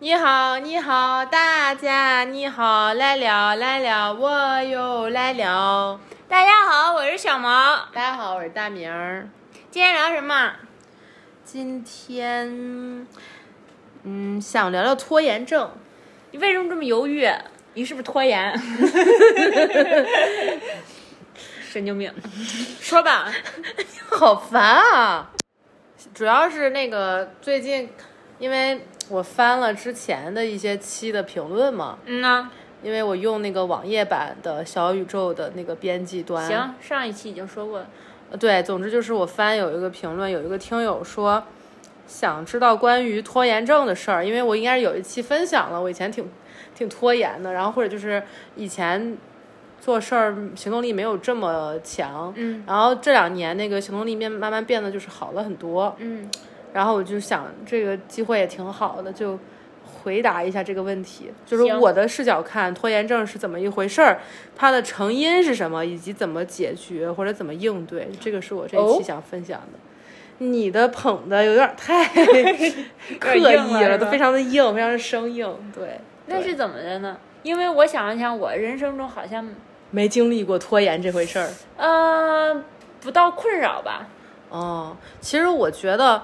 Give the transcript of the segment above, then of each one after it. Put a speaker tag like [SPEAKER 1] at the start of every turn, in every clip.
[SPEAKER 1] 你好，你好，大家你好，来了来了，我又来了。
[SPEAKER 2] 大家好，我是小毛。
[SPEAKER 1] 大家好，我是大明儿。
[SPEAKER 2] 今天聊什么？
[SPEAKER 1] 今天，嗯，想聊聊拖延症。
[SPEAKER 2] 你为什么这么犹豫？你是不是拖 延？神经病！说吧，
[SPEAKER 1] 好烦啊！主要是那个最近，因为我翻了之前的一些期的评论嘛，
[SPEAKER 2] 嗯呐、
[SPEAKER 1] 因为我用那个网页版的小宇宙的那个编辑端。
[SPEAKER 2] 行，上一期已经说过了。
[SPEAKER 1] 呃，对，总之就是我翻有一个评论，有一个听友说想知道关于拖延症的事儿，因为我应该是有一期分享了，我以前挺挺拖延的，然后或者就是以前做事儿行动力没有这么强，
[SPEAKER 2] 嗯
[SPEAKER 1] 然后这两年那个行动力变慢慢变得就是好了很多，
[SPEAKER 2] 嗯，
[SPEAKER 1] 然后我就想这个机会也挺好的，就回答一下这个问题，就是
[SPEAKER 2] 行
[SPEAKER 1] 我的视角看拖延症是怎么一回事儿，它的成因是什么，以及怎么解决或者怎么应对，这个是我这一
[SPEAKER 2] 哦
[SPEAKER 1] 期想分享的。你的捧的有点太刻意
[SPEAKER 2] 有点硬了是吧
[SPEAKER 1] 都非常的硬，非常的生硬，对，
[SPEAKER 2] 那是怎么的呢？因为我想了想，我人生中好像，
[SPEAKER 1] 没经历过拖延这回事儿。
[SPEAKER 2] 呃，不到困扰吧。
[SPEAKER 1] 哦，其实我觉得，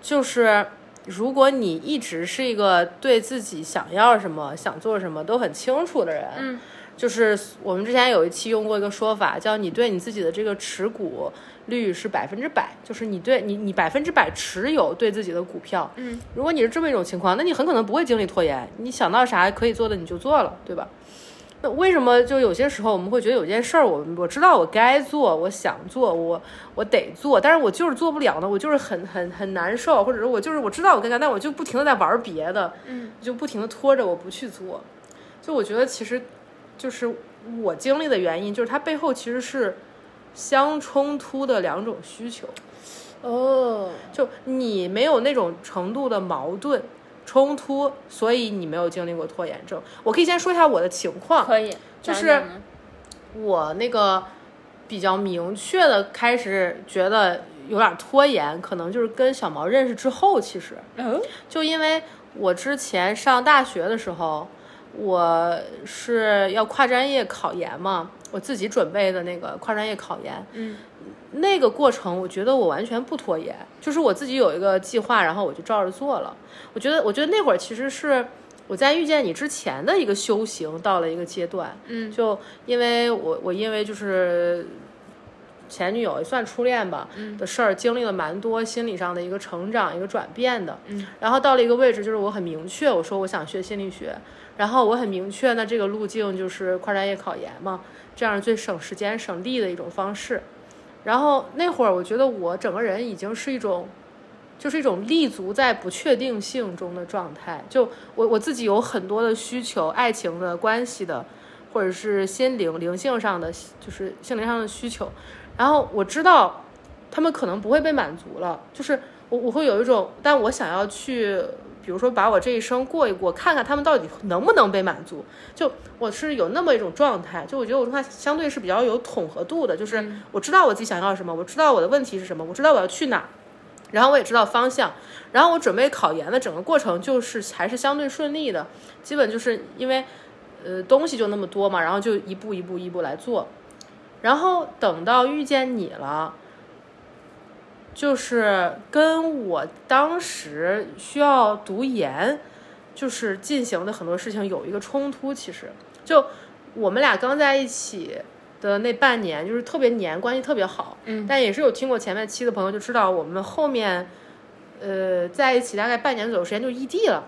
[SPEAKER 1] 就是如果你一直是一个对自己想要什么、想做什么都很清楚的人，
[SPEAKER 2] 嗯，
[SPEAKER 1] 就是我们之前有一期用过一个说法，叫你对你自己的这个持股率是百分之百，就是你对你你百分之百持有对自己的股票。
[SPEAKER 2] 嗯，
[SPEAKER 1] 如果你是这么一种情况，那你很可能不会经历拖延，你想到啥可以做的你就做了，对吧？那为什么就有些时候我们会觉得有件事儿，我我知道我该做，我想做，我我得做，但是我就是做不了呢，我就是很很很难受，或者是我就是我知道我该干，但我就不停的在玩别的，
[SPEAKER 2] 嗯，
[SPEAKER 1] 就不停的拖着我不去做。就我觉得其实就是我经历的原因，就是它背后其实是相冲突的两种需求，
[SPEAKER 2] 哦，
[SPEAKER 1] 就你没有那种程度的矛盾冲突，所以你没有经历过拖延症。我可以先说一下我的情况，
[SPEAKER 2] 可以，
[SPEAKER 1] 就是
[SPEAKER 2] 讲讲呢
[SPEAKER 1] 我那个比较明确的开始觉得有点拖延，可能就是跟小毛认识之后，其实
[SPEAKER 2] 哦，
[SPEAKER 1] 就因为我之前上大学的时候，我是要跨专业考研嘛，我自己准备的那个跨专业考研，
[SPEAKER 2] 嗯
[SPEAKER 1] 那个过程，我觉得我完全不拖延，就是我自己有一个计划，然后我就照着做了。我觉得，我觉得那会儿其实是我在遇见你之前的一个修行到了一个阶段，
[SPEAKER 2] 嗯
[SPEAKER 1] 就因为我我因为就是前女友也算初恋吧、
[SPEAKER 2] 嗯
[SPEAKER 1] 的事儿，经历了蛮多心理上的一个成长、一个转变的。
[SPEAKER 2] 嗯
[SPEAKER 1] 然后到了一个位置，就是我很明确，我说我想学心理学，然后我很明确，那这个路径就是跨专业考研嘛，这样是最省时间、省力的一种方式。然后那会儿，我觉得我整个人已经是一种，就是一种立足在不确定性中的状态。就我我自己有很多的需求，爱情的、关系的，或者是心灵灵性上的，就是心灵上的需求。然后我知道他们可能不会被满足了，就是我我会有一种，但我想要去，比如说把我这一生过一过，看看他们到底能不能被满足。就我是有那么一种状态，就我觉得我状态相对是比较有统合度的，就是我知道我自己想要什么，我知道我的问题是什么，我知道我要去哪儿，然后我也知道方向，然后我准备考研的整个过程就是还是相对顺利的，基本就是因为呃东西就那么多嘛，然后就一步一步一步来做，然后等到遇见你了。就是跟我当时需要读研，就是进行的很多事情有一个冲突。其实，就我们俩刚在一起的那半年，就是特别黏，关系特别好。
[SPEAKER 2] 嗯
[SPEAKER 1] 但也是有听过前面期的朋友就知道，我们后面，呃，在一起大概半年左右时间就异地了。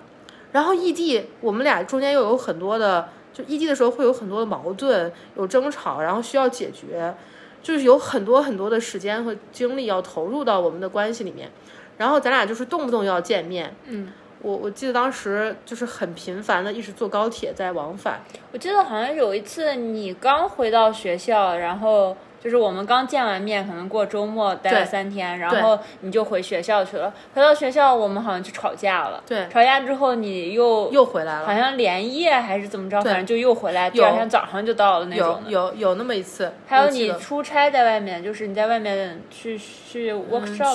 [SPEAKER 1] 然后异地，我们俩中间又有很多的，就异地的时候会有很多的矛盾，有争吵，然后需要解决，就是有很多很多的时间和精力要投入到我们的关系里面。然后咱俩就是动不动要见面，
[SPEAKER 2] 嗯，
[SPEAKER 1] 我我记得当时就是很频繁的一直坐高铁在往返，
[SPEAKER 2] 我记得好像有一次你刚回到学校，然后就是我们刚见完面，可能过周末待了
[SPEAKER 1] 对
[SPEAKER 2] 三天，
[SPEAKER 1] 对
[SPEAKER 2] 然后你就回学校去了。回到学校，我们好像就吵架了。
[SPEAKER 1] 对
[SPEAKER 2] 吵架之后你又
[SPEAKER 1] 又回来
[SPEAKER 2] 好
[SPEAKER 1] 了，
[SPEAKER 2] 像连夜还是怎么着，
[SPEAKER 1] 对
[SPEAKER 2] 反正就又回来，第二
[SPEAKER 1] 有
[SPEAKER 2] 天早上就到了那
[SPEAKER 1] 有
[SPEAKER 2] 种的。
[SPEAKER 1] 有有那么一次，
[SPEAKER 2] 还有
[SPEAKER 1] 我记
[SPEAKER 2] 你
[SPEAKER 1] 得
[SPEAKER 2] 出差在外面，就是你在外面去去workshop，、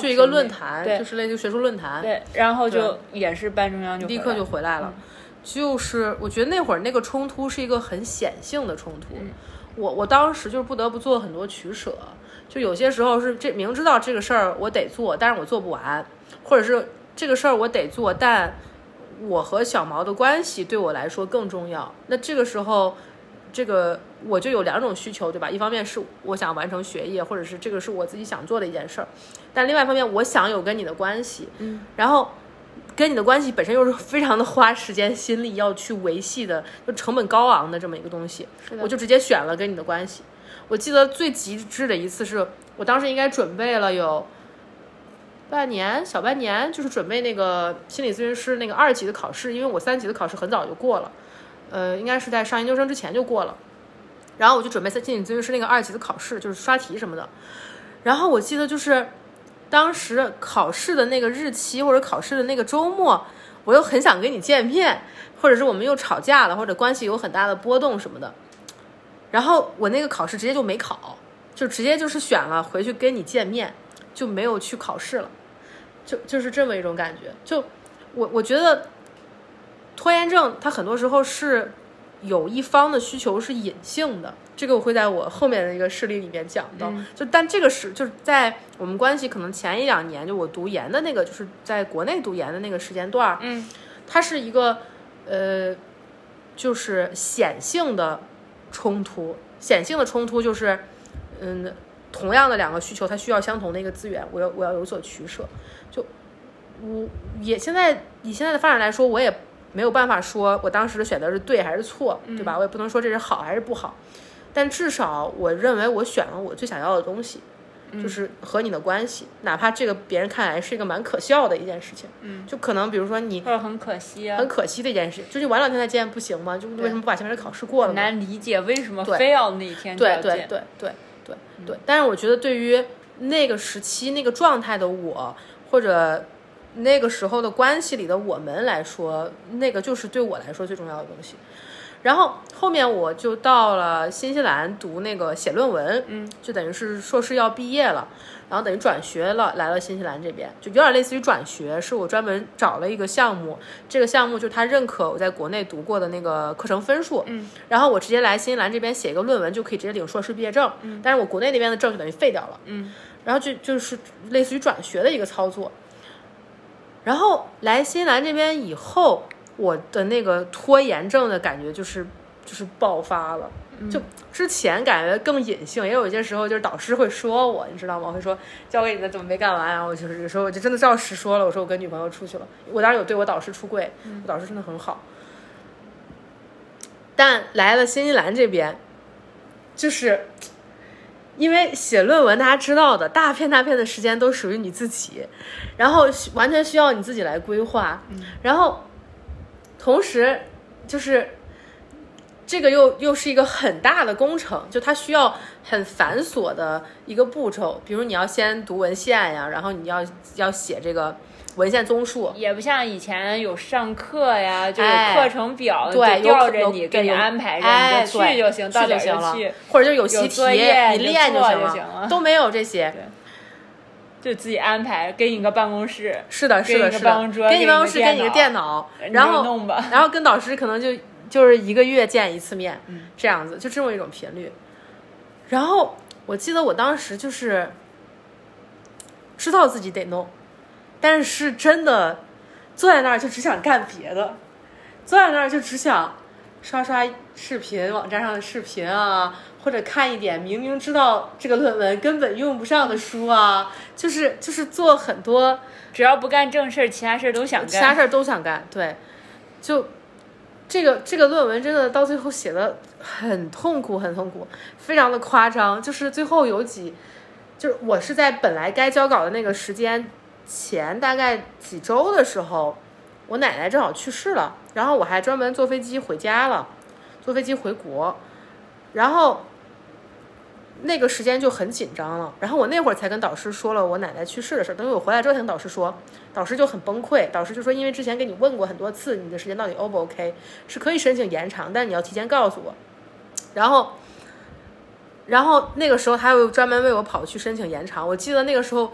[SPEAKER 1] 嗯 去一个论，坛，
[SPEAKER 2] 对
[SPEAKER 1] 就是类似于学术论坛，
[SPEAKER 2] 对，然后就也是班中央就
[SPEAKER 1] 立
[SPEAKER 2] 回
[SPEAKER 1] 刻
[SPEAKER 2] 来
[SPEAKER 1] 就
[SPEAKER 2] 了嗯
[SPEAKER 1] 回来了。就是我觉得那会儿那个冲突是一个很显性的冲突，
[SPEAKER 2] 嗯
[SPEAKER 1] 我我当时就是不得不做很多取舍，就有些时候是这明知道这个事儿我得做，但是我做不完，或者是这个事儿我得做，但我和小毛的关系对我来说更重要。那这个时候，这个我就有两种需求，对吧？一方面是我想完成学业，或者是这个是我自己想做的一件事儿，但另外一方面我想有跟你的关系，
[SPEAKER 2] 嗯，
[SPEAKER 1] 然后。跟你的关系本身又是非常的花时间心力要去维系的，就成本高昂的这么一个东西，
[SPEAKER 2] 是的
[SPEAKER 1] 我就直接选了跟你的关系。我记得最极致的一次是我当时应该准备了有半年，小半年，就是准备那个心理咨询师那个二级的考试，因为我三级的考试很早就过了，呃，应该是在上研究生之前就过了。然后我就准备在心理咨询师那个二级的考试，就是刷题什么的。然后我记得就是当时考试的那个日期或者考试的那个周末，我又很想跟你见面，或者是我们又吵架了，或者关系有很大的波动什么的。然后我那个考试直接就没考，就直接就是选了回去跟你见面，就没有去考试了，就就是这么一种感觉。就我我觉得拖延症它很多时候是有一方的需求是隐性的，这个我会在我后面的一个事例里面讲到。
[SPEAKER 2] 嗯
[SPEAKER 1] 就但这个是就是在我们关系可能前一两年，就我读研的那个，就是在国内读研的那个时间段儿，
[SPEAKER 2] 嗯，
[SPEAKER 1] 它是一个呃，就是显性的冲突。显性的冲突就是，嗯，同样的两个需求，它需要相同的一个资源，我要我要有所取舍。就我也现在以现在的发展来说，我也没有办法说我当时的选择是对还是错，对吧？我也不能说这是好还是不好，但至少我认为我选了我最想要的东西。就是和你的关系，哪怕这个别人看来是一个蛮可笑的一件事情，嗯，就可能比如说你
[SPEAKER 2] 或者很可惜啊，
[SPEAKER 1] 很可惜的一件事，就是晚两天再见不行吗？就为什么不把前面的考试过了
[SPEAKER 2] 很
[SPEAKER 1] 呢？
[SPEAKER 2] 难理解为什么
[SPEAKER 1] 对
[SPEAKER 2] 非要那一天就
[SPEAKER 1] 对
[SPEAKER 2] 要
[SPEAKER 1] 对
[SPEAKER 2] 见。嗯
[SPEAKER 1] 对对对对。但是我觉得对于那个时期那个状态的我，或者那个时候的关系里的我们来说，那个就是对我来说最重要的东西。然后后面我就到了新西兰读那个写论文，嗯，就等于是硕士要毕业了，然后等于转学了，来到新西兰这边，就有点类似于转学，是我专门找了一个项目，这个项目就是他认可我在国内读过的那个课程分数，嗯，然后我直接来新西兰这边写一个论文就可以直接领硕士毕业证，嗯，但是我国内那边的证就等于废掉了，嗯，然后就就是类似于转学的一个操作，然后来新西兰这边以后，我的那个拖延症的感觉就是就是爆发了。就之前感觉更隐性，也有一些时候就是导师会说我，你知道吗？会说交给你的怎么没干完啊？我就是有时候我就真的照实说了，我说我跟女朋友出去了。我当时有对我导师出柜，我导师真的很好。但来了新西兰这边，就是因为写论文，大家知道的，大片大片的时间都属于你自己，然后需完全需要你自己来规划，然后同时就是这个又又是一个很大的工程，就它需要很繁琐的一个步骤，比如你要先读文献呀，然后你要要写这个文献综述，
[SPEAKER 2] 也不像以前有上课呀，就有
[SPEAKER 1] 哎
[SPEAKER 2] 课程表，
[SPEAKER 1] 对，
[SPEAKER 2] 就吊着
[SPEAKER 1] 有
[SPEAKER 2] 你
[SPEAKER 1] 有
[SPEAKER 2] 给你
[SPEAKER 1] 有
[SPEAKER 2] 安排着，
[SPEAKER 1] 哎、
[SPEAKER 2] 你就去就行，
[SPEAKER 1] 对
[SPEAKER 2] 到
[SPEAKER 1] 去就
[SPEAKER 2] 点儿
[SPEAKER 1] 行了
[SPEAKER 2] 就去，，
[SPEAKER 1] 或者就是有习题，
[SPEAKER 2] 作业
[SPEAKER 1] 你
[SPEAKER 2] 你
[SPEAKER 1] 练
[SPEAKER 2] 做
[SPEAKER 1] 行
[SPEAKER 2] 就行了
[SPEAKER 1] 都没有这些。
[SPEAKER 2] 就自己安排，给你个办公室，
[SPEAKER 1] 是的，是
[SPEAKER 2] 给你
[SPEAKER 1] 的，
[SPEAKER 2] 个
[SPEAKER 1] 是
[SPEAKER 2] 办
[SPEAKER 1] 的
[SPEAKER 2] 公，桌
[SPEAKER 1] 给
[SPEAKER 2] 给
[SPEAKER 1] 你
[SPEAKER 2] 你
[SPEAKER 1] 办
[SPEAKER 2] 个
[SPEAKER 1] 公室，
[SPEAKER 2] 电
[SPEAKER 1] 给你个
[SPEAKER 2] 脑
[SPEAKER 1] 电脑，然
[SPEAKER 2] 你就
[SPEAKER 1] 后
[SPEAKER 2] 弄吧。
[SPEAKER 1] 然后跟导师可能就就是一个月见一次面，
[SPEAKER 2] 嗯
[SPEAKER 1] 这样子就这么一种频率。然后我记得我当时就是知道自己得弄，但是真的坐在那儿就只想干别的，坐在那儿就只想刷刷视频网站上的视频啊，或者看一点明明知道这个论文根本用不上的书啊，就是就是做很多。
[SPEAKER 2] 只要不干正事儿，其他事儿都想
[SPEAKER 1] 其他
[SPEAKER 2] 干。
[SPEAKER 1] 事儿都想干。对，就这个这个论文真的到最后写的很痛苦，很痛苦，非常的夸张。就是最后有几，就是我是在本来该交稿的那个时间前大概几周的时候，我奶奶正好去世了，然后我还专门坐飞机回家了，坐飞机回国，然后。那个时间就很紧张了。然后我那会儿才跟导师说了我奶奶去世的事儿，等于我回来之后才跟导师说，导师就很崩溃，导师就说因为之前给你问过很多次，你的时间到底 O 不 OK，是可以申请延长，但你要提前告诉我。然后，然后那个时候他又专门为我跑去申请延长。我记得那个时候，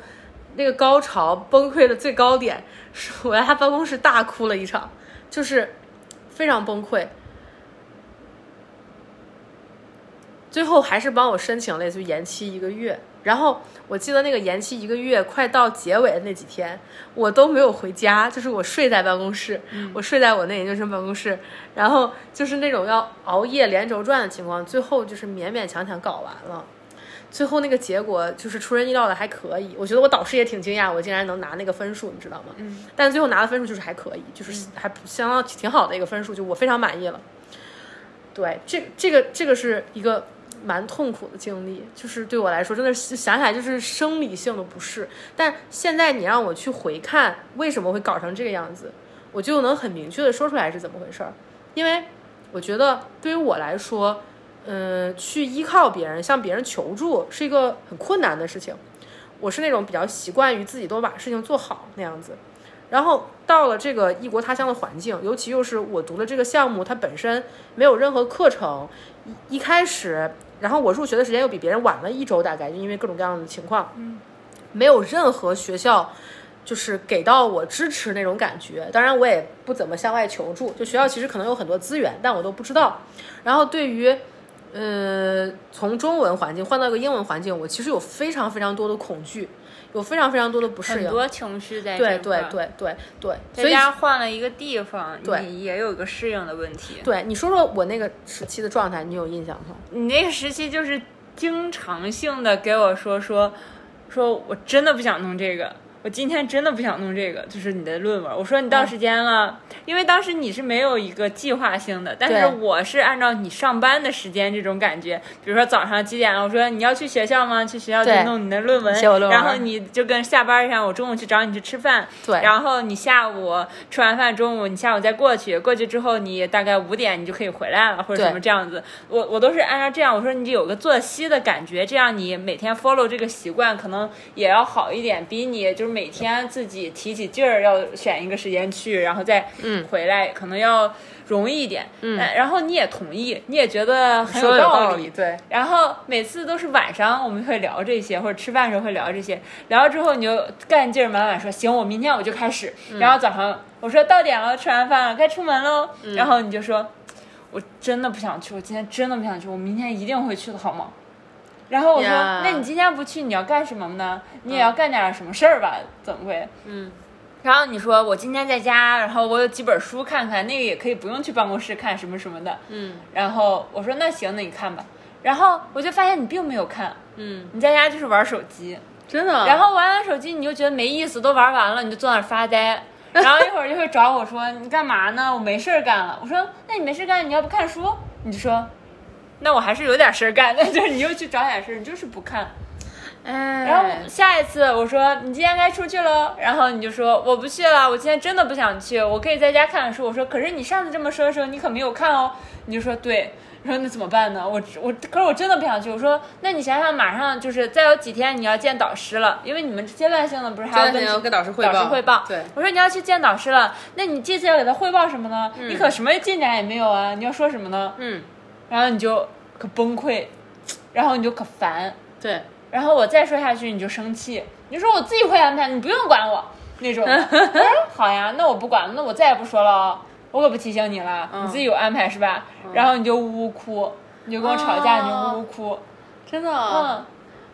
[SPEAKER 1] 那个高潮崩溃的最高点是我在他办公室大哭了一场，就是非常崩溃。最后还是帮我申请了，就延期一个月。然后我记得那个延期一个月快到结尾的那几天，我都没有回家，就是我睡在办公室，我睡在我那研究生办公室，然后就是那种要熬夜连轴转的情况，最后就是勉勉强强搞完了。最后那个结果就是出人意料的还可以，我觉得我导师也挺惊讶，我竟然能拿那个分数，你知道吗？
[SPEAKER 2] 嗯，
[SPEAKER 1] 但最后拿的分数就是还可以，就是还不相当挺好的一个分数，就我非常满意了。对，这这个这个是一个蛮痛苦的经历，就是对我来说真的是想起来就是生理性的不适。但现在你让我去回看为什么会搞成这个样子，我就能很明确的说出来是怎么回事儿，因为我觉得对于我来说，嗯、去依靠别人向别人求助是一个很困难的事情。我是那种比较习惯于自己都把事情做好那样子，然后到了这个异国他乡的环境，尤其又是我读的这个项目，它本身没有任何课程，一一开始，然后我入学的时间又比别人晚了一周，大概就因为各种各样的情况，嗯，没有任何学校就是给到我支持那种感觉。当然，我也不怎么向外求助，就学校其实可能有很多资源，但我都不知道。然后对于呃，从中文环境换到一个英文环境，我其实有非常非常多的恐惧，有非常非常多的不适
[SPEAKER 2] 很
[SPEAKER 1] 应。
[SPEAKER 2] 多情绪在
[SPEAKER 1] 对
[SPEAKER 2] 这块
[SPEAKER 1] 对
[SPEAKER 2] 儿
[SPEAKER 1] 对对对，所
[SPEAKER 2] 再
[SPEAKER 1] 以
[SPEAKER 2] 加上换了一个地方，
[SPEAKER 1] 对
[SPEAKER 2] 你也有一个适应的问题。
[SPEAKER 1] 对你说说我那个时期的状态，你有印象吗？
[SPEAKER 2] 你那个时期就是经常性的给我说说，说我真的不想弄这个，我今天真的不想弄这个，就是你的论文。我说你到时间
[SPEAKER 1] 嗯
[SPEAKER 2] 了，因为当时你是没有一个计划性的，但
[SPEAKER 1] 对
[SPEAKER 2] 是我是按照你上班的时间这种感觉，比如说早上几点了，我说你要去学校吗？去学校去
[SPEAKER 1] 对
[SPEAKER 2] 弄你的论文，
[SPEAKER 1] 写我论文
[SPEAKER 2] 然后你就跟下班一样，我中午去找你去吃饭，
[SPEAKER 1] 对
[SPEAKER 2] 然后你下午吃完饭，中午你下午再过去，过去之后你大概五点你就可以回来了，或者
[SPEAKER 1] 对
[SPEAKER 2] 什么这样子。我我都是按照这样，我说你得有个作息的感觉，这样你每天 follow 这个习惯可能也要好一点，比你就是每天自己提起劲儿要选一个时间去，然后再
[SPEAKER 1] 嗯
[SPEAKER 2] 回来，可能要容易一点。
[SPEAKER 1] 嗯
[SPEAKER 2] 但然后你也同意，你也觉得很
[SPEAKER 1] 说的
[SPEAKER 2] 道
[SPEAKER 1] 理，对
[SPEAKER 2] 然后每次都是晚上我们会聊这些，或者吃饭的时候会聊这些。聊了之后你就干劲儿满满，说行，我明天我就开始。然后早上我说到点了，吃完饭了，该出门喽。然后你就说，我真的不想去，我今天真的不想去，我明天一定会去的，好吗？然后我说
[SPEAKER 1] 呀
[SPEAKER 2] 那你今天不去，你要干什么呢？你也要干点什么事儿吧？怎么会？
[SPEAKER 1] 嗯。
[SPEAKER 2] 然后你说我今天在家，然后我有几本书看看，那个也可以不用去办公室看什么什么的。
[SPEAKER 1] 嗯
[SPEAKER 2] 然后我说那行，那你看吧。然后我就发现你并没有看，
[SPEAKER 1] 嗯，
[SPEAKER 2] 你在家就是玩手机。
[SPEAKER 1] 真的。啊
[SPEAKER 2] 然后玩完手机，你就觉得没意思，都玩完了，你就坐那儿发呆。然后一会儿就会找我说你干嘛呢？我没事儿干了。我说那你没事儿干，你要不看书？你就说，那我还是有点事儿干的，就是你又去找点事儿，你就是不看。
[SPEAKER 1] 哎，
[SPEAKER 2] 然后下一次我说你今天该出去喽，
[SPEAKER 1] 嗯
[SPEAKER 2] 然后你就说我不去了，我今天真的不想去，我可以在家看书。我说可是你上次这么说的时候，你可没有看哦。你就说对，我说那怎么办呢？我我可是我真的不想去。我说那你想想，马上就是再有几天你要见导师了，因为你们阶段性的不是还要
[SPEAKER 1] 阶段性
[SPEAKER 2] 跟
[SPEAKER 1] 要跟导师汇
[SPEAKER 2] 导师
[SPEAKER 1] 报
[SPEAKER 2] 汇报。
[SPEAKER 1] 对
[SPEAKER 2] 我说你要去见导师了，那你这次要给他汇报什么呢？你可什么进展也没有啊，你要说什么呢？
[SPEAKER 1] 嗯，
[SPEAKER 2] 然后你就可崩溃，然后你就可烦。
[SPEAKER 1] 对，
[SPEAKER 2] 然后我再说下去你就生气，你就说我自己会安排，你不用管我那 种。我说好呀，那我不管了，那我再也不说了哦，我可不提醒你了，
[SPEAKER 1] 嗯
[SPEAKER 2] 你自己有安排是吧？然后你就呜呜哭，你就跟我吵架，
[SPEAKER 1] 哦
[SPEAKER 2] 你就呜呜哭。
[SPEAKER 1] 真的，啊
[SPEAKER 2] 嗯，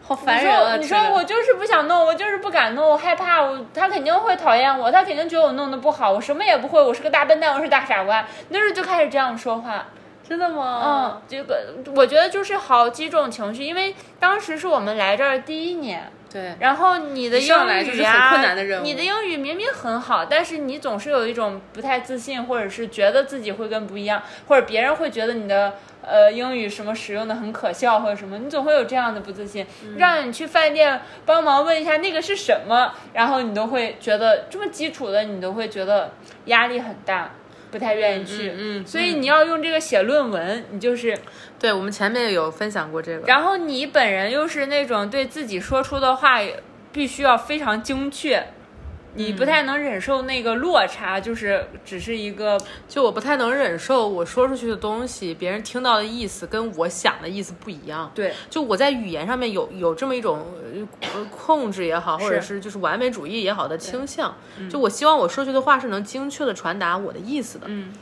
[SPEAKER 1] 好
[SPEAKER 2] 你
[SPEAKER 1] 烦人
[SPEAKER 2] 说
[SPEAKER 1] 啊！
[SPEAKER 2] 你
[SPEAKER 1] 这
[SPEAKER 2] 说
[SPEAKER 1] 个
[SPEAKER 2] 我就是不想弄，我就是不敢弄，我害怕，我他肯定会讨厌我，他肯定觉得我弄得不好，我什么也不会，我是个大笨蛋，我是大傻瓜。那时候就开始这样说话。
[SPEAKER 1] 真的吗？
[SPEAKER 2] 嗯，这个我觉得就是好几种情绪，因为当时是我们来这儿第一年，
[SPEAKER 1] 对，
[SPEAKER 2] 然后你的英语
[SPEAKER 1] 上
[SPEAKER 2] 啊，
[SPEAKER 1] 来就是很困难的任务
[SPEAKER 2] 你的英语明明很好，但是你总是有一种不太自信，或者是觉得自己会跟不一样，或者别人会觉得你的呃英语什么使用的很可笑或者什么，你总会有这样的不自信。
[SPEAKER 1] 嗯
[SPEAKER 2] 让你去饭店帮忙问一下那个是什么，然后你都会觉得这么基础的，你都会觉得压力很大。不太愿意去。
[SPEAKER 1] 嗯，嗯
[SPEAKER 2] 所以你要用这个写论文，你就是，
[SPEAKER 1] 对我们前面有分享过这个，
[SPEAKER 2] 然后你本人又是那种对自己说出的话也必须要非常精确，你
[SPEAKER 1] 嗯
[SPEAKER 2] 不太能忍受那个落差，就是只是一个
[SPEAKER 1] 就我不太能忍受我说出去的东西，别人听到的意思跟我想的意思不一样。
[SPEAKER 2] 对
[SPEAKER 1] 就我在语言上面有有这么一种呃控制也好，或者是就是完美主义也好的倾向。
[SPEAKER 2] 嗯
[SPEAKER 1] 就我希望我说出去的话是能精确的传达我的意思的。
[SPEAKER 2] 嗯，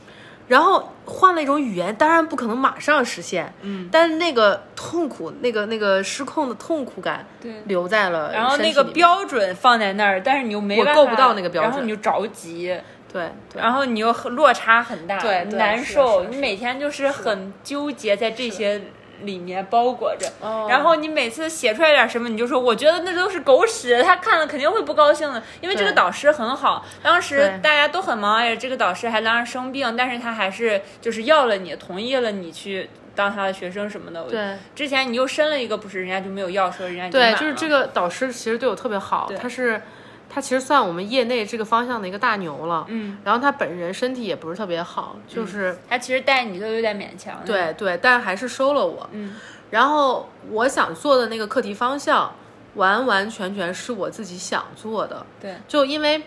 [SPEAKER 1] 然后换了一种语言，当然不可能马上实现。
[SPEAKER 2] 嗯，
[SPEAKER 1] 但是那个痛苦，那个那个失控的痛苦感
[SPEAKER 2] 对。
[SPEAKER 1] 留在了
[SPEAKER 2] 然后
[SPEAKER 1] 身体
[SPEAKER 2] 那个
[SPEAKER 1] 里面
[SPEAKER 2] 标准放在那儿，但是你又没
[SPEAKER 1] 我
[SPEAKER 2] 办法，
[SPEAKER 1] 够不到那个标
[SPEAKER 2] 然后
[SPEAKER 1] 准
[SPEAKER 2] 你就着急，
[SPEAKER 1] 对对
[SPEAKER 2] 然后你又很落差很大，
[SPEAKER 1] 对对
[SPEAKER 2] 难
[SPEAKER 1] 是的
[SPEAKER 2] 受，
[SPEAKER 1] 是的
[SPEAKER 2] 你每天就是很纠结在这些里面包裹着。
[SPEAKER 1] 哦
[SPEAKER 2] 然后你每次写出来点什么，你就说我觉得那都是狗屎，他看了肯定会不高兴的，因为这个
[SPEAKER 1] 对
[SPEAKER 2] 导师很好，当时
[SPEAKER 1] 对
[SPEAKER 2] 大家都很忙，而且这个导师还当时生病，但是他还是就是要了你，同意了你去当他的学生什么的。我
[SPEAKER 1] 对。
[SPEAKER 2] 之前你又申了一个，不是人家就没有要，说人家
[SPEAKER 1] 对，
[SPEAKER 2] 满
[SPEAKER 1] 就是
[SPEAKER 2] 了
[SPEAKER 1] 这个导师其实对我特别好
[SPEAKER 2] 对，
[SPEAKER 1] 他是他其实算我们业内这个方向的一个大牛了。
[SPEAKER 2] 嗯，
[SPEAKER 1] 然后他本人身体也不是特别好，就是、
[SPEAKER 2] 他其实带你都有点勉强。，
[SPEAKER 1] 对对，但还是收了我。
[SPEAKER 2] 嗯
[SPEAKER 1] 然后我想做的那个课题方向，完完全全是我自己想做的，
[SPEAKER 2] 对，
[SPEAKER 1] 就因为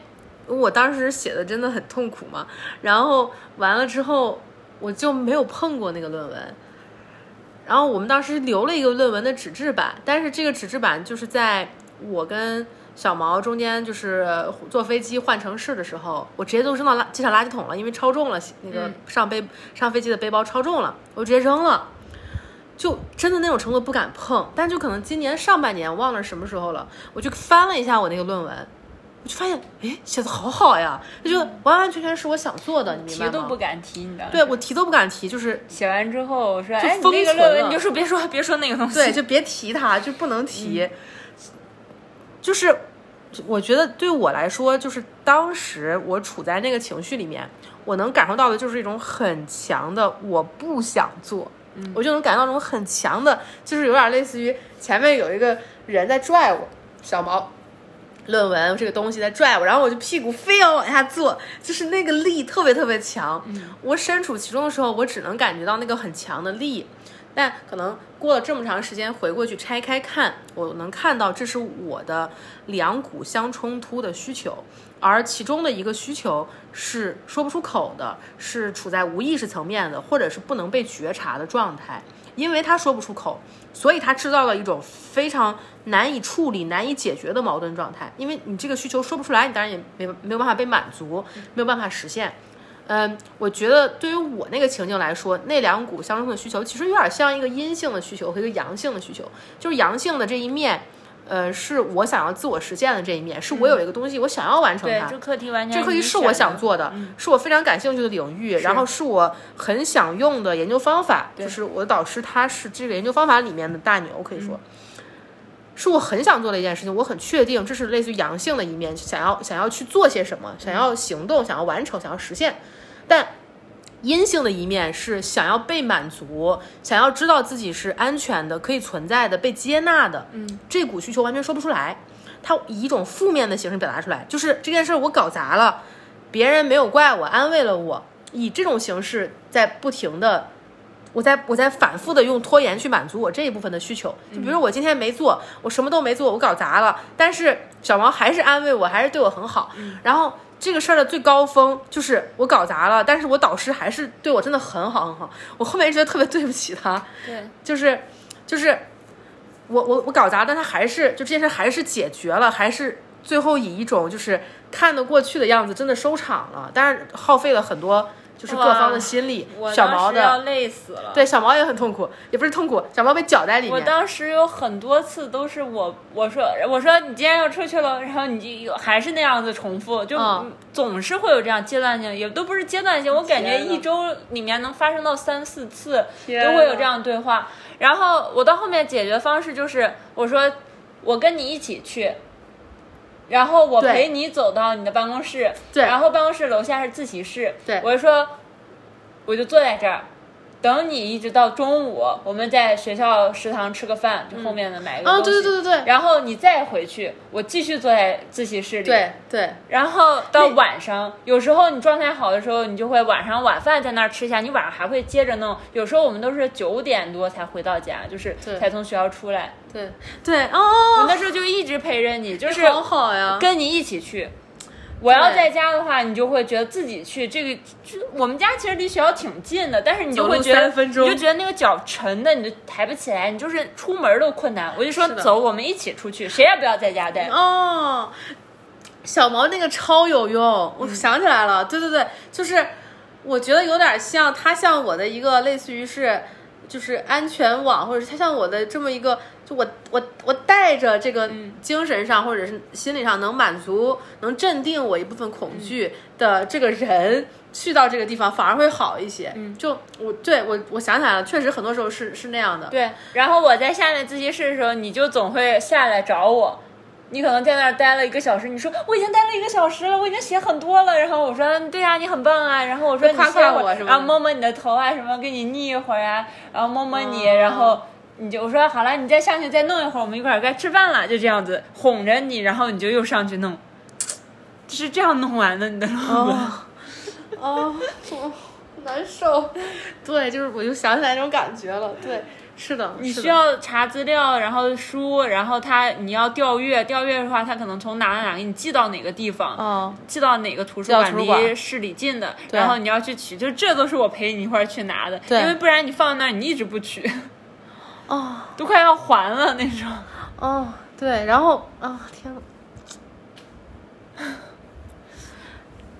[SPEAKER 1] 我当时写的真的很痛苦嘛，然后完了之后我就没有碰过那个论文。然后我们当时留了一个论文的纸质版，但是这个纸质版就是在我跟小毛中间就是坐飞机换城市的时候，我直接都扔到垃机场垃圾桶了，因为超重了，那个
[SPEAKER 2] 嗯
[SPEAKER 1] 上背、上飞机的背包超重了，我直接扔了。就真的那种程度不敢碰，但就可能今年上半年忘了什么时候了，我就翻了一下我那个论文，我就发现，哎，写的好好呀，那就完完全全是我想做的，你明白
[SPEAKER 2] 提
[SPEAKER 1] 吗？
[SPEAKER 2] 都不敢提，你知道吗？
[SPEAKER 1] 对我提都不敢提，就是
[SPEAKER 2] 写完之后我说，
[SPEAKER 1] 就
[SPEAKER 2] 哎，你
[SPEAKER 1] 封
[SPEAKER 2] 那个
[SPEAKER 1] 存
[SPEAKER 2] 论文
[SPEAKER 1] 了
[SPEAKER 2] 你就说别说别说那个东西。嗯
[SPEAKER 1] 对，就别提它，就不能提。就是我觉得对我来说，就是当时我处在那个情绪里面，我能感受到的就是一种很强的我不想做，
[SPEAKER 2] 嗯
[SPEAKER 1] 我就能感受到那种很强的，就是有点类似于前面有一个人在拽我，小毛。论文这个东西在拽我，然后我就屁股非要往下坐，就是那个力特别特别强。
[SPEAKER 2] 嗯
[SPEAKER 1] 我身处其中的时候，我只能感觉到那个很强的力，但可能过了这么长时间，回过去拆开看，我能看到这是我的两股相冲突的需求，而其中的一个需求是说不出口的，是处在无意识层面的，或者是不能被觉察的状态。因为他说不出口，所以他制造了一种非常难以处理、难以解决的矛盾状态。因为你这个需求说不出来，你当然也没没有办法被满足，没有办法实现。嗯，我觉得对于我那个情境来说，那两股相冲的需求其实有点像一个阴性的需求和一个阳性的需求，就是阳性的这一面，呃，是我想要自我实现的这一面，是我有一个东西我想要完成
[SPEAKER 2] 对
[SPEAKER 1] 它，，
[SPEAKER 2] 这课题完全
[SPEAKER 1] 这课
[SPEAKER 2] 你
[SPEAKER 1] 题是我
[SPEAKER 2] 选
[SPEAKER 1] 想
[SPEAKER 2] 的，嗯
[SPEAKER 1] 做的，是我非常感兴趣的领域，然后是我很想用的研究方法，
[SPEAKER 2] 对
[SPEAKER 1] 就是我的导师他是这个研究方法里面的大牛，可以
[SPEAKER 2] 嗯
[SPEAKER 1] 说。是我很想做的一件事情，我很确定这是类似于阳性的一面，想要想要去做些什么，想
[SPEAKER 2] 嗯
[SPEAKER 1] 要行动，想要完成，想要实现。但阴性的一面是想要被满足，想要知道自己是安全的、可以存在的、被接纳的。嗯，这股需求完全说不出来，它以一种负面的形式表达出来，就是这件事儿我搞砸了，别人没有怪我，安慰了我，以这种形式在不停的。我在我在反复的用拖延去满足我这一部分的需求，就比如说我今天没做，我什么都没做，我搞砸了，但是小毛还是安慰我，还是对我很好。然后这个事儿的最高峰就是我搞砸了，但是我导师还是对我真的很好很好。我后面一直觉得特别对不起他，
[SPEAKER 2] 对
[SPEAKER 1] 就是就是我我我搞砸，但他还是就这件事还是解决了，还是最后以一种就是看得过去的样子，真的收场了。但是耗费了很多就是各
[SPEAKER 2] 哇
[SPEAKER 1] 方的心力
[SPEAKER 2] 我，
[SPEAKER 1] 小
[SPEAKER 2] 当
[SPEAKER 1] 毛
[SPEAKER 2] 时
[SPEAKER 1] 的
[SPEAKER 2] 要累死了。
[SPEAKER 1] 对小毛也很痛苦，也不是痛苦，小毛被绞在里
[SPEAKER 2] 我
[SPEAKER 1] 面。
[SPEAKER 2] 当时有很多次都是我我说我说你今天要出去了，然后你就有还是那样子重复，就
[SPEAKER 1] 嗯
[SPEAKER 2] 总是会有这样阶段性，也都不是阶段性，我感觉
[SPEAKER 1] 天呐
[SPEAKER 2] 一周里面能发生到三四次
[SPEAKER 1] 天
[SPEAKER 2] 都会有
[SPEAKER 1] 呐
[SPEAKER 2] 这样的对话。然后我到后面解决方式就是我说我跟你一起去。然后我
[SPEAKER 1] 对
[SPEAKER 2] 陪你走到你的办公室，
[SPEAKER 1] 对
[SPEAKER 2] 然后办公室楼下是自习室，
[SPEAKER 1] 对
[SPEAKER 2] 我就说，我就坐在这儿，等你一直到中午，我们在学校食堂吃个饭，就后面的买一个
[SPEAKER 1] 啊，
[SPEAKER 2] 东西。
[SPEAKER 1] 对对对对对
[SPEAKER 2] 然后你再回去，我继续坐在自习室里。
[SPEAKER 1] 对对，
[SPEAKER 2] 然后到晚上，有时候你状态好的时候，你就会晚上晚饭在那儿吃一下，你晚上还会接着弄。有时候我们都是九点多才回到家，就是
[SPEAKER 1] 对
[SPEAKER 2] 才从学校出来。
[SPEAKER 1] 对对哦，
[SPEAKER 2] 我那时候就一直陪着你，就是
[SPEAKER 1] 好好呀，
[SPEAKER 2] 跟你一起去。我要
[SPEAKER 1] 对
[SPEAKER 2] 在家的话，你就会觉得自己去这个，就我们家其实离学校挺近的，但是你就
[SPEAKER 1] 走路
[SPEAKER 2] 会觉得，
[SPEAKER 1] 三分钟
[SPEAKER 2] 你就觉得那个脚沉的，你就抬不起来，你就是出门都困难。我就说
[SPEAKER 1] 是的
[SPEAKER 2] 走，我们一起出去，谁也不要在家待。
[SPEAKER 1] 哦，小毛那个超有用，我想起来了，对对对，就是我觉得有点像，它像我的一个类似于是。就是安全网，或者是它像我的这么一个，就我我我带着这个精神上、或者是心理上能满足、能镇定我一部分恐惧的这个人、去到这个地方，反而会好一些。嗯，就我对我我想起来了，确实很多时候是是那样的。
[SPEAKER 2] 对，然后我在下面自习室的时候，你就总会下来找我。你可能在那儿待了一个小时，你说我已经待了一个小时了，我已经写很多了。然后我说嗯对呀、你很棒啊。然后我说你
[SPEAKER 1] 夸夸
[SPEAKER 2] 下
[SPEAKER 1] 我
[SPEAKER 2] 会儿
[SPEAKER 1] 什么的
[SPEAKER 2] 然后摸摸你的头啊，什么给你腻一会儿啊，然后摸摸你，
[SPEAKER 1] 哦
[SPEAKER 2] 然后你就我说好了，你再上去再弄一会儿，我们一块儿该吃饭了，就这样子哄着你，然后你就又上去弄，就是这样弄完的你的论文。
[SPEAKER 1] 哦， 我难受。对，就是我就想起来那种感觉了。对，是的，
[SPEAKER 2] 你
[SPEAKER 1] 是
[SPEAKER 2] 需
[SPEAKER 1] 的
[SPEAKER 2] 要查资料，然后书，然后他你要调阅，调阅的话，他可能从哪哪哪给你寄到哪个地方，
[SPEAKER 1] 哦，
[SPEAKER 2] 寄到哪个图书
[SPEAKER 1] 寄到
[SPEAKER 2] 馆
[SPEAKER 1] 图书馆
[SPEAKER 2] 离市里近的，
[SPEAKER 1] 对
[SPEAKER 2] 然后你要去取，就这都是我陪你一块儿去拿的，
[SPEAKER 1] 对
[SPEAKER 2] 因为不然你放那儿你一直不取，
[SPEAKER 1] 哦
[SPEAKER 2] 都快要还了那种。
[SPEAKER 1] 哦，对，然后啊、天呐。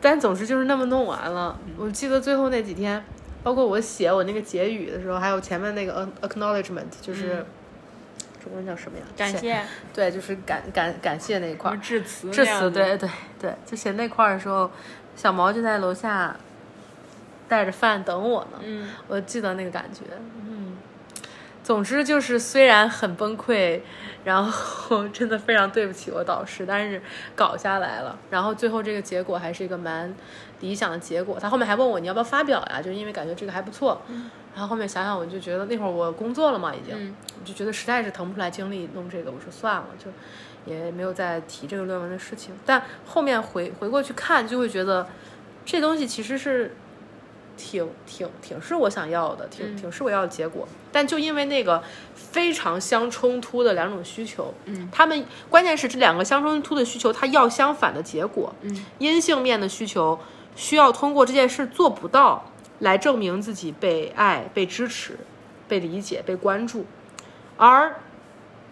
[SPEAKER 1] 但总之就是那么弄完了。
[SPEAKER 2] 嗯
[SPEAKER 1] 我记得最后那几天，包括我写我那个结语的时候，还有前面那个 ac- acknowledgement，就是、中文叫什么呀？
[SPEAKER 2] 嗯感
[SPEAKER 1] 写。
[SPEAKER 2] 谢，
[SPEAKER 1] 对，就是感感感谢那一块儿。
[SPEAKER 2] 致辞，
[SPEAKER 1] 致辞，对，对对，就写那块儿的时候，小毛就在楼下带着饭等我呢。
[SPEAKER 2] 嗯，
[SPEAKER 1] 我记得那个感觉，嗯。总之就是，虽然很崩溃，然后 真的非常对不起我导师，但是搞下来了。然后最后这个结果还是一个蛮理想的结果。他后面还问我你要不要发表呀，就是因为感觉这个还不错。然后后面想想，我就觉得那会儿我工作了嘛，已经，
[SPEAKER 2] 嗯
[SPEAKER 1] 我就觉得实在是腾不出来精力弄这个，我说算了，就也没有再提这个论文的事情。但后面回回过去看，就会觉得这东西其实是挺挺挺是我想要的，挺挺是我要的结果。但就因为那个非常相冲突的两种需求，嗯，他们关键是这两个相冲突的需求，它要相反的结果，嗯，阴性面的需求需要通过这件事做不到来证明自己被爱、被支持、被理解、被关注，而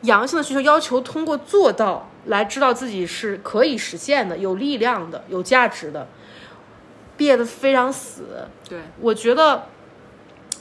[SPEAKER 1] 阳性的需求要求通过做到来知道自己是可以实现的、有力量的、有价值的，憋得非常死。
[SPEAKER 2] 对，
[SPEAKER 1] 我觉得，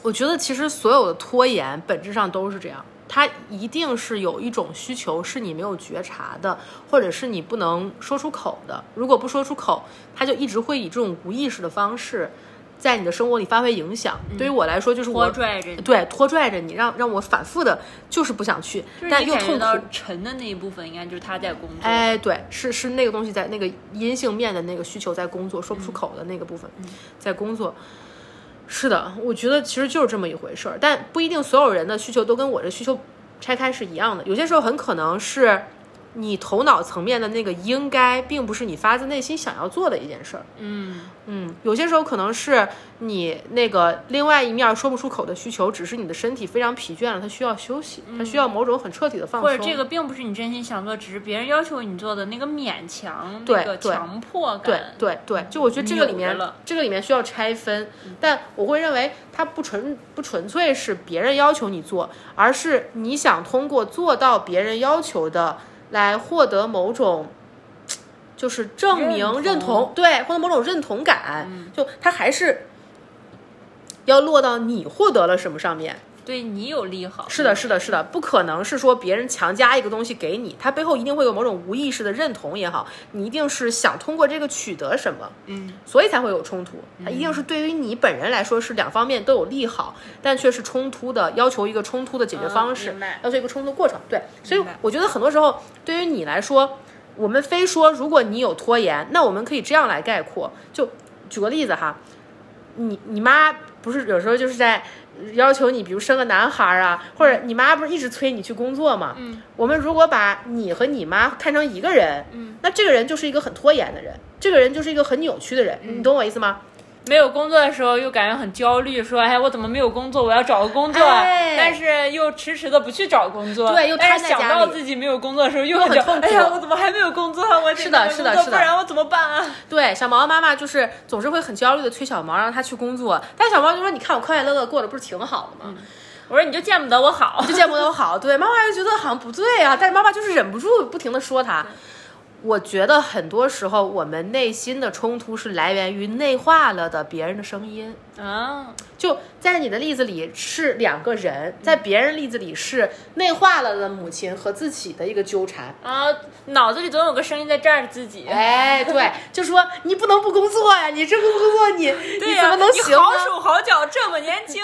[SPEAKER 1] 我觉得其实所有的拖延本质上都是这样，它一定是有一种需求是你没有觉察的，或者是你不能说出口的。如果不说出口，它就一直会以这种无意识的方式。在你的生活里发挥影响，对于我来说就是我
[SPEAKER 2] 嗯拖拽着你，
[SPEAKER 1] 对，拖拽着你，让让我反复的，就是不想去，
[SPEAKER 2] 就是
[SPEAKER 1] 但
[SPEAKER 2] 你
[SPEAKER 1] 又
[SPEAKER 2] 感觉
[SPEAKER 1] 痛苦
[SPEAKER 2] 到。沉的那一部分，应该就是他在工作，
[SPEAKER 1] 哎，对，是是那个东西在那个阴性面的那个需求在
[SPEAKER 2] 嗯
[SPEAKER 1] 工作，说不出口的那个部分、在工作。是的，我觉得其实就是这么一回事儿，但不一定所有人的需求都跟我的需求拆开是一样的。有些时候很可能是你头脑层面的那个应该，并不是你发自内心想要做的一件事儿。
[SPEAKER 2] 嗯，
[SPEAKER 1] 嗯，有些时候可能是你那个另外一面说不出口的需求，只是你的身体非常疲倦了，它需要休息，它需要某种很彻底的放松。
[SPEAKER 2] 嗯或者这个并不是你真心想做，只是别人要求你做的那个勉强，
[SPEAKER 1] 对
[SPEAKER 2] 那个
[SPEAKER 1] 对
[SPEAKER 2] 强迫感，
[SPEAKER 1] 对对对，就我觉得这个里面
[SPEAKER 2] 扭着了，嗯
[SPEAKER 1] 这个里面需要拆分，但我会认为它不纯不纯粹是别人要求你做，而是你想通过做到别人要求的来获得某种。就是证明
[SPEAKER 2] 认同嗯
[SPEAKER 1] 对，获得某种认同感，就它还是要落到你获得了什么上面。
[SPEAKER 2] 对你有利好。
[SPEAKER 1] 是的，是的，是的，不可能是说别人强加一个东西给你，它背后一定会有某种无意识的认同也好，你一定是想通过这个取得什么，
[SPEAKER 2] 嗯，
[SPEAKER 1] 所以才会有冲突。它一定是对于你本人来说是两方面都有利好，但却是冲突的，要求一个冲突的解决
[SPEAKER 2] 嗯
[SPEAKER 1] 方式，
[SPEAKER 2] 明白
[SPEAKER 1] 要求一个冲突过程。对，所以
[SPEAKER 2] 明白
[SPEAKER 1] 我觉得很多时候对于你来说，我们非说如果你有拖延，那我们可以这样来概括，就举个例子哈，你你妈不是有时候就是在要求你，比如生个男孩儿啊，或者你妈不是一直催你去工作嘛？
[SPEAKER 2] 嗯，
[SPEAKER 1] 我们如果把你和你妈看成一个人，
[SPEAKER 2] 嗯，
[SPEAKER 1] 那这个人就是一个很拖延的人，这个人就是一个很扭曲的人，你懂我意思吗？
[SPEAKER 2] 没有工作的时候又感觉很焦虑，说哎我怎么没有工作？我要找个工作，
[SPEAKER 1] 哎
[SPEAKER 2] 但是又迟迟的不去找工作，
[SPEAKER 1] 对又
[SPEAKER 2] 但
[SPEAKER 1] 瘫
[SPEAKER 2] 是
[SPEAKER 1] 在家
[SPEAKER 2] 想
[SPEAKER 1] 里
[SPEAKER 2] 到自己没有工作的时候又
[SPEAKER 1] 又很
[SPEAKER 2] 觉得
[SPEAKER 1] 痛苦
[SPEAKER 2] 哎呀我怎么还没有工作？我得
[SPEAKER 1] 是的
[SPEAKER 2] 找个
[SPEAKER 1] 是的
[SPEAKER 2] 工作
[SPEAKER 1] 是
[SPEAKER 2] 不
[SPEAKER 1] 的
[SPEAKER 2] 然我怎么办啊？
[SPEAKER 1] 对，小毛妈妈就是总是会很焦虑的催小毛让他去工作，但小毛就说：“你看我快快乐乐过得不是挺好的吗？”
[SPEAKER 2] 我说你就见不得我好，
[SPEAKER 1] 就见不得我好。对，妈妈就觉得好像不对啊，但是妈妈就是忍不住不停的说他。我觉得很多时候我们内心的冲突是来源于内化了的别人的声音。
[SPEAKER 2] 啊，
[SPEAKER 1] 就在你的例子里是两个人，
[SPEAKER 2] 嗯
[SPEAKER 1] 在别人例子里是内化了的母亲和自己的一个纠缠。
[SPEAKER 2] 啊，脑子里总有个声音在这儿自己。
[SPEAKER 1] 哎，对，就说你不能不工作呀、你这不工作你、
[SPEAKER 2] 对
[SPEAKER 1] 你
[SPEAKER 2] 哎呀、
[SPEAKER 1] 怎么能行
[SPEAKER 2] 你
[SPEAKER 1] 呢？
[SPEAKER 2] 好手好脚，这么年轻。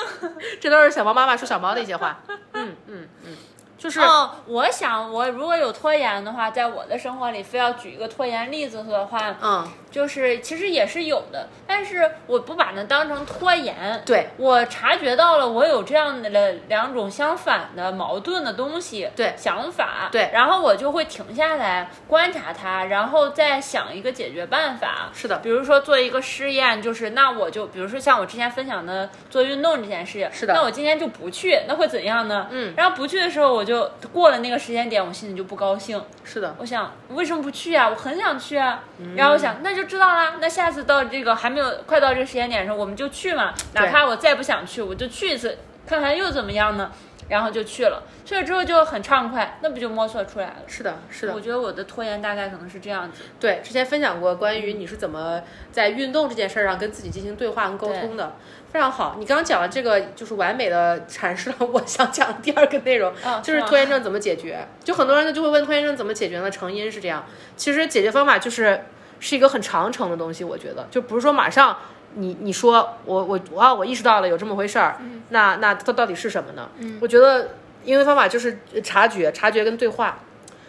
[SPEAKER 1] 这都是小毛妈妈说小毛的一些 话。嗯嗯嗯， 就是、
[SPEAKER 2] 哦，我想我如果有拖延的话，在我的生活里非要举一个拖延例子的话，
[SPEAKER 1] 嗯，
[SPEAKER 2] 就是其实也是有的，但是我不把它当成拖延。
[SPEAKER 1] 对
[SPEAKER 2] 我察觉到了我有这样的两种相反的矛盾的东西，
[SPEAKER 1] 对
[SPEAKER 2] 想法，
[SPEAKER 1] 对
[SPEAKER 2] 然后我就会停下来观察它，然后再想一个解决办法。
[SPEAKER 1] 是的
[SPEAKER 2] 比如说做一个试验，就是那我就比如说像我之前分享的做运动这件事，
[SPEAKER 1] 是的
[SPEAKER 2] 那我今天就不去，那会怎样呢？
[SPEAKER 1] 嗯
[SPEAKER 2] 然后不去的时候，我就过了那个时间点，我心里就不高兴。
[SPEAKER 1] 是的，嗯
[SPEAKER 2] 我想为什么不去啊？我很想去啊。然后我想那就知道啦，那下次到这个还没有快到这个时间点的时候，我们就去嘛。哪怕我再不想去，我就去一次，看看又怎么样呢？然后就去了，去了之后就很畅快，那不就摸索出来了？
[SPEAKER 1] 是的，是的
[SPEAKER 2] 我。觉得我的拖延大概可能是这样子。
[SPEAKER 1] 对，之前分享过关于你是怎么在运动这件事儿上跟自己进行对话跟沟通的，非常好。你刚刚讲的这个就是完美的阐释了我想讲的第二个内容，
[SPEAKER 2] 嗯
[SPEAKER 1] 就是
[SPEAKER 2] 是吗
[SPEAKER 1] 拖延症怎么解决。就很多人就会问拖延症怎么解决呢？成因是这样，其实解决方法就是是一个很长程的东西，我觉得就不是说马上。你你说我我我啊，我意识到了有这么回事儿，那那它到底是什么呢？嗯，我觉得因为方法就是察觉、察觉跟对话，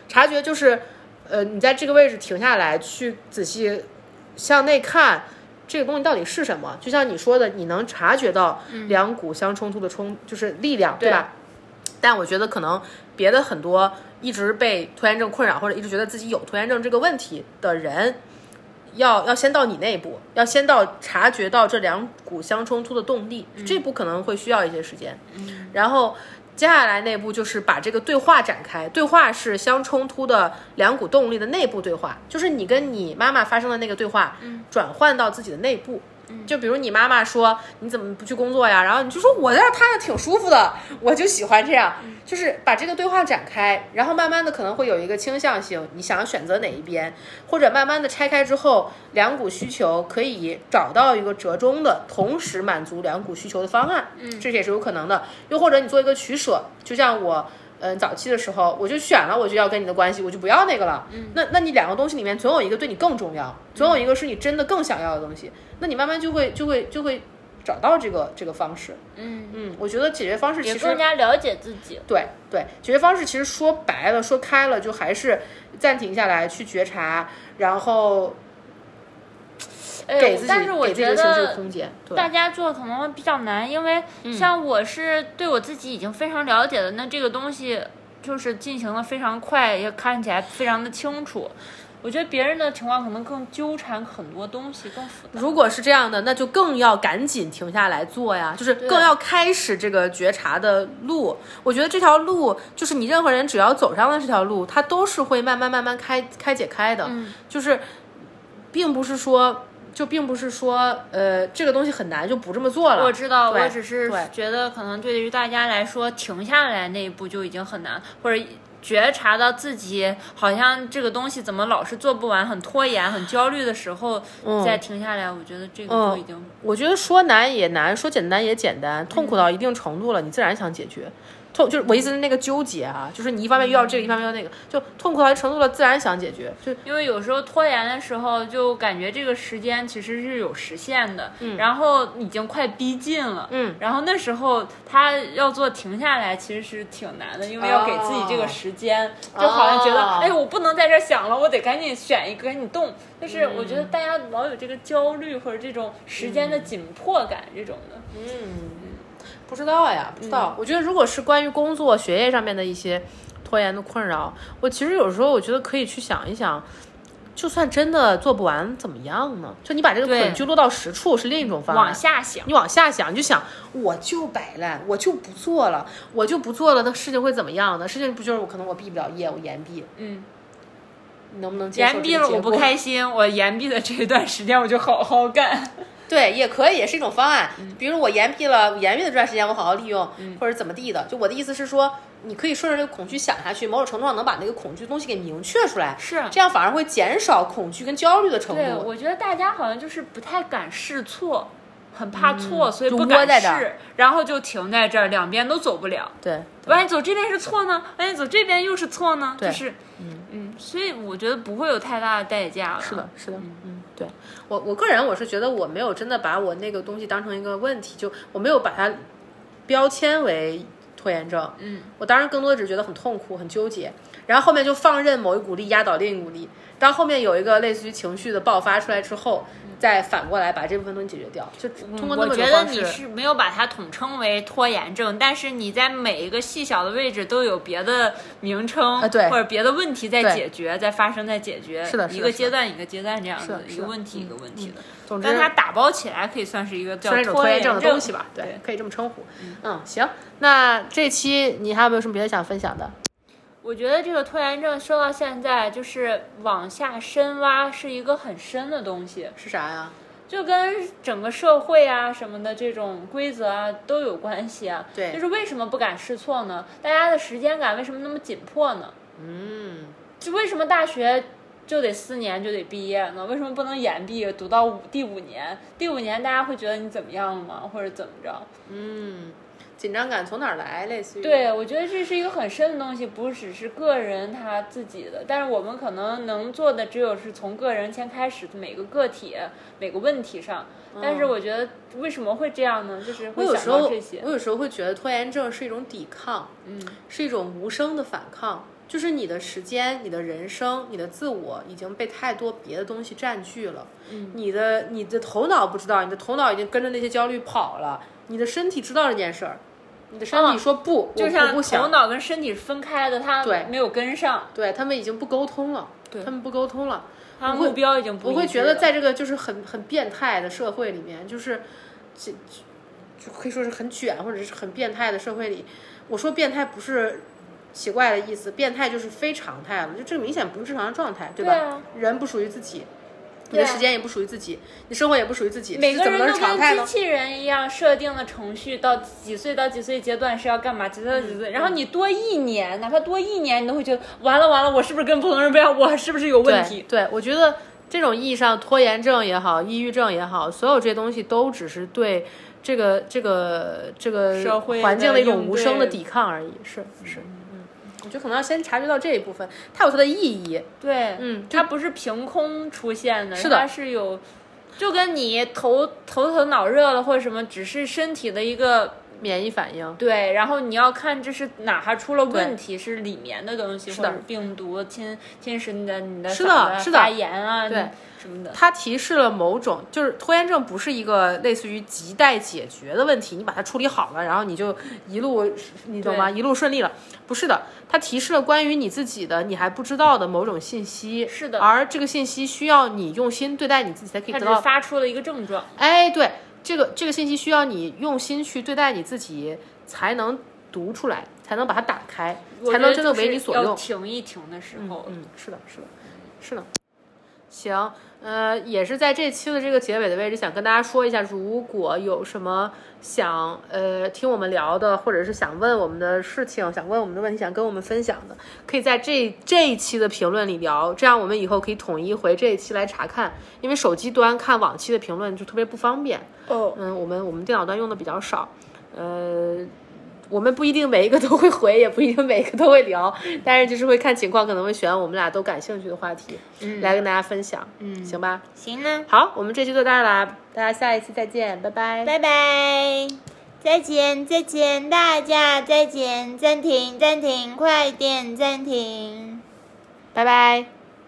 [SPEAKER 1] 察觉就是呃，你在这个位置停下来，去仔细向内看这个东西到底是什么。就像你说的，你能察觉到两股相冲突的冲，就是力量，
[SPEAKER 2] 对
[SPEAKER 1] 吧？但我觉得可能别的很多一直被拖延症困扰，或者一直觉得自己有拖延症这个问题的人，要要先到你那一步，要先到察觉到这两股相冲突的动力，这步可能会需要一些时间。然后接下来那步就是把这个对话展开，对话是相冲突的两股动力的内部对话，就是你跟你妈妈发生的那个对话，转换到自己的内部。就比如你妈妈说你怎么不去工作呀？然后你就说我在这儿瘫着挺舒服的，我就喜欢这样，就是把这个对话展开，然后慢慢的可能会有一个倾向性，你想选择哪一边，或者慢慢的拆开之后，两股需求可以找到一个折中的，同时满足两股需求的方案，嗯，这也是有可能的。又或者你做一个取舍，就像我。嗯，早期的时候我就选了，我就要跟你的关系，我就不要那个了。嗯，那那你两个东西里面总有一个对你更重要，总有一个是你真的更想要的东西。那你慢慢就会就会就会找到这个这个方式。
[SPEAKER 2] 嗯，
[SPEAKER 1] 嗯，我觉得解决方式
[SPEAKER 2] 也
[SPEAKER 1] 其
[SPEAKER 2] 更
[SPEAKER 1] 实
[SPEAKER 2] 加了解自己。
[SPEAKER 1] 对对，解决方式其实说白了说开了，就还是暂停下来去觉察，然后
[SPEAKER 2] 哎
[SPEAKER 1] 给自己、
[SPEAKER 2] 但是我
[SPEAKER 1] 给自己
[SPEAKER 2] 觉
[SPEAKER 1] 的情绪
[SPEAKER 2] 得
[SPEAKER 1] 空间。对，
[SPEAKER 2] 大家做可能会比较难，因为像我是对我自己已经非常了解的，那这个东西就是进行的非常快，也看起来非常的清楚。我觉得别人的情况可能更纠缠很多东西，更复杂。
[SPEAKER 1] 如果是这样的，那就更要赶紧停下来做呀，就是更要开始这个觉察的路。我觉得这条路，就是你任何人只要走上了这条路，它都是会慢慢慢慢开开解开的。
[SPEAKER 2] 嗯
[SPEAKER 1] 就是，并不是说，就并不是说，呃，这个东西很难就不这么做了。
[SPEAKER 2] 我知道，
[SPEAKER 1] 对
[SPEAKER 2] 我只是
[SPEAKER 1] 对
[SPEAKER 2] 觉得可能对于大家来说，停下来那一步就已经很难，或者觉察到自己好像这个东西怎么老是做不完，很拖延、很焦虑的时候，
[SPEAKER 1] 嗯
[SPEAKER 2] 再停下来，我觉得这个就已经、嗯
[SPEAKER 1] 我觉得说难也难，说简单也简单，痛苦到一定程度了，你自然想解决。痛就是我一直那个纠结啊，就是你一方面遇到这个，一方面遇到那个，就痛苦到一定程度了，自然想解决。就
[SPEAKER 2] 因为有时候拖延的时候，就感觉这个时间其实是有时限的，然后已经快逼近了，
[SPEAKER 1] 嗯，
[SPEAKER 2] 然后那时候他要做停下来，其实是挺难的，因为要给自己这个时间，就好像觉得，
[SPEAKER 1] 哦
[SPEAKER 2] 哎，我不能在这儿想了，我得赶紧选一个，赶紧动。就是我觉得大家老有这个焦虑或者这种时间的紧迫感这种的，
[SPEAKER 1] 不知道呀，不知
[SPEAKER 2] 嗯
[SPEAKER 1] 道。我觉得如果是关于工作、学业上面的一些拖延的困扰，我其实有时候我觉得可以去想一想，就算真的做不完，怎么样呢？就你把这个
[SPEAKER 2] 对
[SPEAKER 1] 捆拘落到实处是另一种方案
[SPEAKER 2] 往。下想。
[SPEAKER 1] 你往下想，你就想，我就摆烂，我就不做了，我就不做了，那事情会怎么样呢？事情不就是我可能我毕不了业，我延毕，
[SPEAKER 2] 嗯，
[SPEAKER 1] 你能不能接受这
[SPEAKER 2] 延
[SPEAKER 1] 个
[SPEAKER 2] 毕了
[SPEAKER 1] 结
[SPEAKER 2] 我不
[SPEAKER 1] 果
[SPEAKER 2] 开心，我延毕的这一段时间我就好好干。
[SPEAKER 1] 对，也可以，也是一种方案。
[SPEAKER 2] 嗯
[SPEAKER 1] 比如我延毕了，延毕的这段时间我好好利用，或者怎么地的。就我的意思是说，你可以顺着这个恐惧想下去，某种程度上能把那个恐惧的东西给明确出来，
[SPEAKER 2] 是
[SPEAKER 1] 这样反而会减少恐惧跟焦虑的程
[SPEAKER 2] 对，
[SPEAKER 1] 度。
[SPEAKER 2] 我觉得大家好像就是不太敢试错，很怕错，所
[SPEAKER 1] 嗯
[SPEAKER 2] 以
[SPEAKER 1] 就
[SPEAKER 2] 不
[SPEAKER 1] 窝
[SPEAKER 2] 敢
[SPEAKER 1] 在这
[SPEAKER 2] 试
[SPEAKER 1] 儿，
[SPEAKER 2] 然后就停在这儿，两边都走不了。
[SPEAKER 1] 对，
[SPEAKER 2] 万一走这边是错呢？万一走这边又是错呢？
[SPEAKER 1] 对
[SPEAKER 2] 就是，嗯嗯，所以我觉得不会有太大的代价了。
[SPEAKER 1] 是的，，是的，嗯，对我我个人我是觉得我没有真的把我那个东西当成一个问题，就我没有把它标签为拖延症。
[SPEAKER 2] 嗯，
[SPEAKER 1] 我当时更多只是觉得很痛苦、很纠结，然后后面就放任某一股力压倒另一股力。当后面有一个类似于情绪的爆发出来之后，再反过来把这部分东西解决掉，就通过那
[SPEAKER 2] 嗯我
[SPEAKER 1] 么一
[SPEAKER 2] 觉
[SPEAKER 1] 种
[SPEAKER 2] 得
[SPEAKER 1] 方
[SPEAKER 2] 你
[SPEAKER 1] 式。
[SPEAKER 2] 是没有把它统称为拖延症，但是你在每一个细小的位置都有别的名称，
[SPEAKER 1] 啊对
[SPEAKER 2] 或者别的问题在
[SPEAKER 1] 对
[SPEAKER 2] 解决，在发生，在解决，
[SPEAKER 1] 是的是的
[SPEAKER 2] 一个
[SPEAKER 1] 是的
[SPEAKER 2] 阶段一个阶段这样
[SPEAKER 1] 是的
[SPEAKER 2] 子，
[SPEAKER 1] 是
[SPEAKER 2] 一个
[SPEAKER 1] 的嗯
[SPEAKER 2] 问题一个问题的。
[SPEAKER 1] 总之
[SPEAKER 2] 但，它打包起来可以算是一个叫
[SPEAKER 1] 算是一种拖
[SPEAKER 2] 延
[SPEAKER 1] 延症的东西吧，
[SPEAKER 2] 对
[SPEAKER 1] 对，，可以这么称呼。嗯，行，那这期你还有没有什么别的想分享的？
[SPEAKER 2] 我觉得这个拖延症说到现在，就是往下深挖是一个很深的东西，
[SPEAKER 1] 是啥呀？
[SPEAKER 2] 就跟整个社会啊什么的这种规则啊都有关系啊。
[SPEAKER 1] 对
[SPEAKER 2] 就是为什么不敢试错呢？大家的时间感为什么那么紧迫呢？
[SPEAKER 1] 嗯，
[SPEAKER 2] 就为什么大学就得四年就得毕业呢？为什么不能延毕读到五第五年？第五年大家会觉得你怎么样了吗？或者怎么着？
[SPEAKER 1] 紧张感从哪儿来？类似于
[SPEAKER 2] 对，我觉得这是一个很深的东西，不只是个人他自己的，但是我们可能能做的只有是从个人先开始，每个个体、每个问题上。但是我觉得为什么会这样呢？就是
[SPEAKER 1] 嗯我
[SPEAKER 2] 会
[SPEAKER 1] 有时
[SPEAKER 2] 想到
[SPEAKER 1] 候
[SPEAKER 2] 这些，
[SPEAKER 1] 我有时候会觉得拖延症是一种抵抗，
[SPEAKER 2] 嗯，
[SPEAKER 1] 是一种无声的反抗，就是你的时间、你的人生、你的自我已经被太多别的东西占据了。
[SPEAKER 2] 嗯，
[SPEAKER 1] 你的你的头脑不知道，你的头脑已经跟着那些焦虑跑了，你的身体知道这件事儿，你的身体说不，我
[SPEAKER 2] 哦就
[SPEAKER 1] 我
[SPEAKER 2] 像
[SPEAKER 1] 不
[SPEAKER 2] 头
[SPEAKER 1] 想，
[SPEAKER 2] 脑跟身体是分开的，他
[SPEAKER 1] 对
[SPEAKER 2] 没有跟上，
[SPEAKER 1] 对他们已经不沟通了，
[SPEAKER 2] 对
[SPEAKER 1] 他们不沟通了。
[SPEAKER 2] 他
[SPEAKER 1] 我会
[SPEAKER 2] 目标已经不
[SPEAKER 1] 我会
[SPEAKER 2] 一致
[SPEAKER 1] 觉得
[SPEAKER 2] 了
[SPEAKER 1] 在这个就是很很变态的社会里面，就是这就可以说是很卷或者是很变态的社会里，我说变态不是奇怪的意思，变态就是非常态了，就这个明显不是正常的状态，对吧？
[SPEAKER 2] 对啊
[SPEAKER 1] 人不属于自己。你
[SPEAKER 2] 对啊
[SPEAKER 1] 的时间也不属于自己，你生活也不属于自己，
[SPEAKER 2] 每
[SPEAKER 1] 这
[SPEAKER 2] 个
[SPEAKER 1] 怎
[SPEAKER 2] 人
[SPEAKER 1] 么能是
[SPEAKER 2] 都
[SPEAKER 1] 常态
[SPEAKER 2] 跟
[SPEAKER 1] 呢
[SPEAKER 2] 机？器人一样设定的程序，到几岁到几岁阶段是要干嘛，几岁到几
[SPEAKER 1] 嗯
[SPEAKER 2] 岁，然后你多一年，哪怕多一年，你都会觉得完了完了，我是不是跟普通人不一样？我是不是有问题？
[SPEAKER 1] 对，对我觉得这种意义上，拖延症也好，抑郁症也好，所有这些东西都只是对这个这个这个
[SPEAKER 2] 社会
[SPEAKER 1] 环境
[SPEAKER 2] 的
[SPEAKER 1] 的一种
[SPEAKER 2] 应
[SPEAKER 1] 无声的
[SPEAKER 2] 对
[SPEAKER 1] 抵抗而已。是是，嗯，我觉得可能要先察觉到这一部分，它有它的意义。
[SPEAKER 2] 对，
[SPEAKER 1] 嗯
[SPEAKER 2] 它不是凭空出现的，
[SPEAKER 1] 是的
[SPEAKER 2] 它是有，就跟你头头疼脑热了或者什么，只是身体的一个。
[SPEAKER 1] 免疫反应，
[SPEAKER 2] 对，然后你要看这是哪哈出了问
[SPEAKER 1] 对
[SPEAKER 2] 题，是里面的东西，
[SPEAKER 1] 是
[SPEAKER 2] 或
[SPEAKER 1] 的
[SPEAKER 2] 者病毒侵侵蚀你的你的
[SPEAKER 1] 是的
[SPEAKER 2] 嗓子
[SPEAKER 1] 是的
[SPEAKER 2] 发炎啊，
[SPEAKER 1] 对
[SPEAKER 2] 什么的。
[SPEAKER 1] 它提示了某种，就是拖延症不是一个类似于亟待解决的问题，你把它处理好了，然后你就一路，你懂吗？一路顺利了，不是的，它提示了关于你自己的你还不知道的某种信息，
[SPEAKER 2] 是的
[SPEAKER 1] 而这个信息需要你用心对待你自己才可以
[SPEAKER 2] 它
[SPEAKER 1] 得
[SPEAKER 2] 只是
[SPEAKER 1] 到。
[SPEAKER 2] 发出了一个症状。
[SPEAKER 1] 哎，对，这个这个信息需要你用心去对待你自己，才能读出来，才能把它打开，才能真的为你所
[SPEAKER 2] 我觉得
[SPEAKER 1] 用
[SPEAKER 2] 就。是要停一停的时候，
[SPEAKER 1] 嗯，是的，是的，是的。行，呃，也是在这期的这个结尾的位置，想跟大家说一下，如果有什么想呃听我们聊的，或者是想问我们的事情，想问我们的问题，想跟我们分享的，可以在这这一期的评论里聊，这样我们以后可以统一回这一期来查看，因为手机端看往期的评论就特别不方便。
[SPEAKER 2] 哦，
[SPEAKER 1] 嗯，我们我们电脑端用的比较少，呃，我们不一定每一个都会回，也不一定每一个都会聊，但是就是会看情况，可能会选我们俩都感兴趣的话题、来跟大家分享，嗯，行吧？
[SPEAKER 3] 行呢，
[SPEAKER 1] 好，我们这期就到这儿啦，大家下一期再见，拜拜。
[SPEAKER 3] 拜拜，再见再见，大家再见，暂停暂停，快点暂停。
[SPEAKER 1] 拜拜。